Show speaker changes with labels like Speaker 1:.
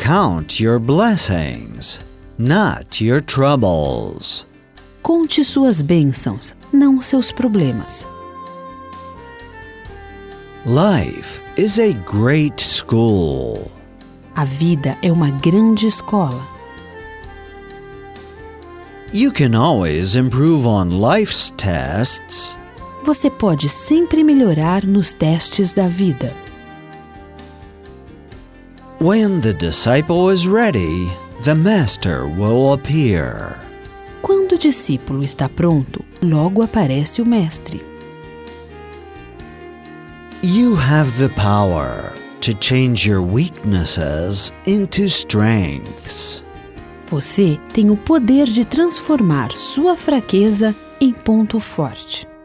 Speaker 1: Count your blessings, not your troubles.
Speaker 2: Conte suas bênçãos, não seus problemas.
Speaker 1: Life is a great school.
Speaker 2: A vida é uma grande escola.
Speaker 1: You can always improve on life's tests.
Speaker 2: Você pode sempre melhorar nos testes da vida.
Speaker 1: When the disciple is ready, the master will appear.
Speaker 2: Quando o discípulo está pronto, logo aparece o mestre.
Speaker 1: You have the power to change your weaknesses into strengths.
Speaker 2: Você tem o poder de transformar sua fraqueza em ponto forte.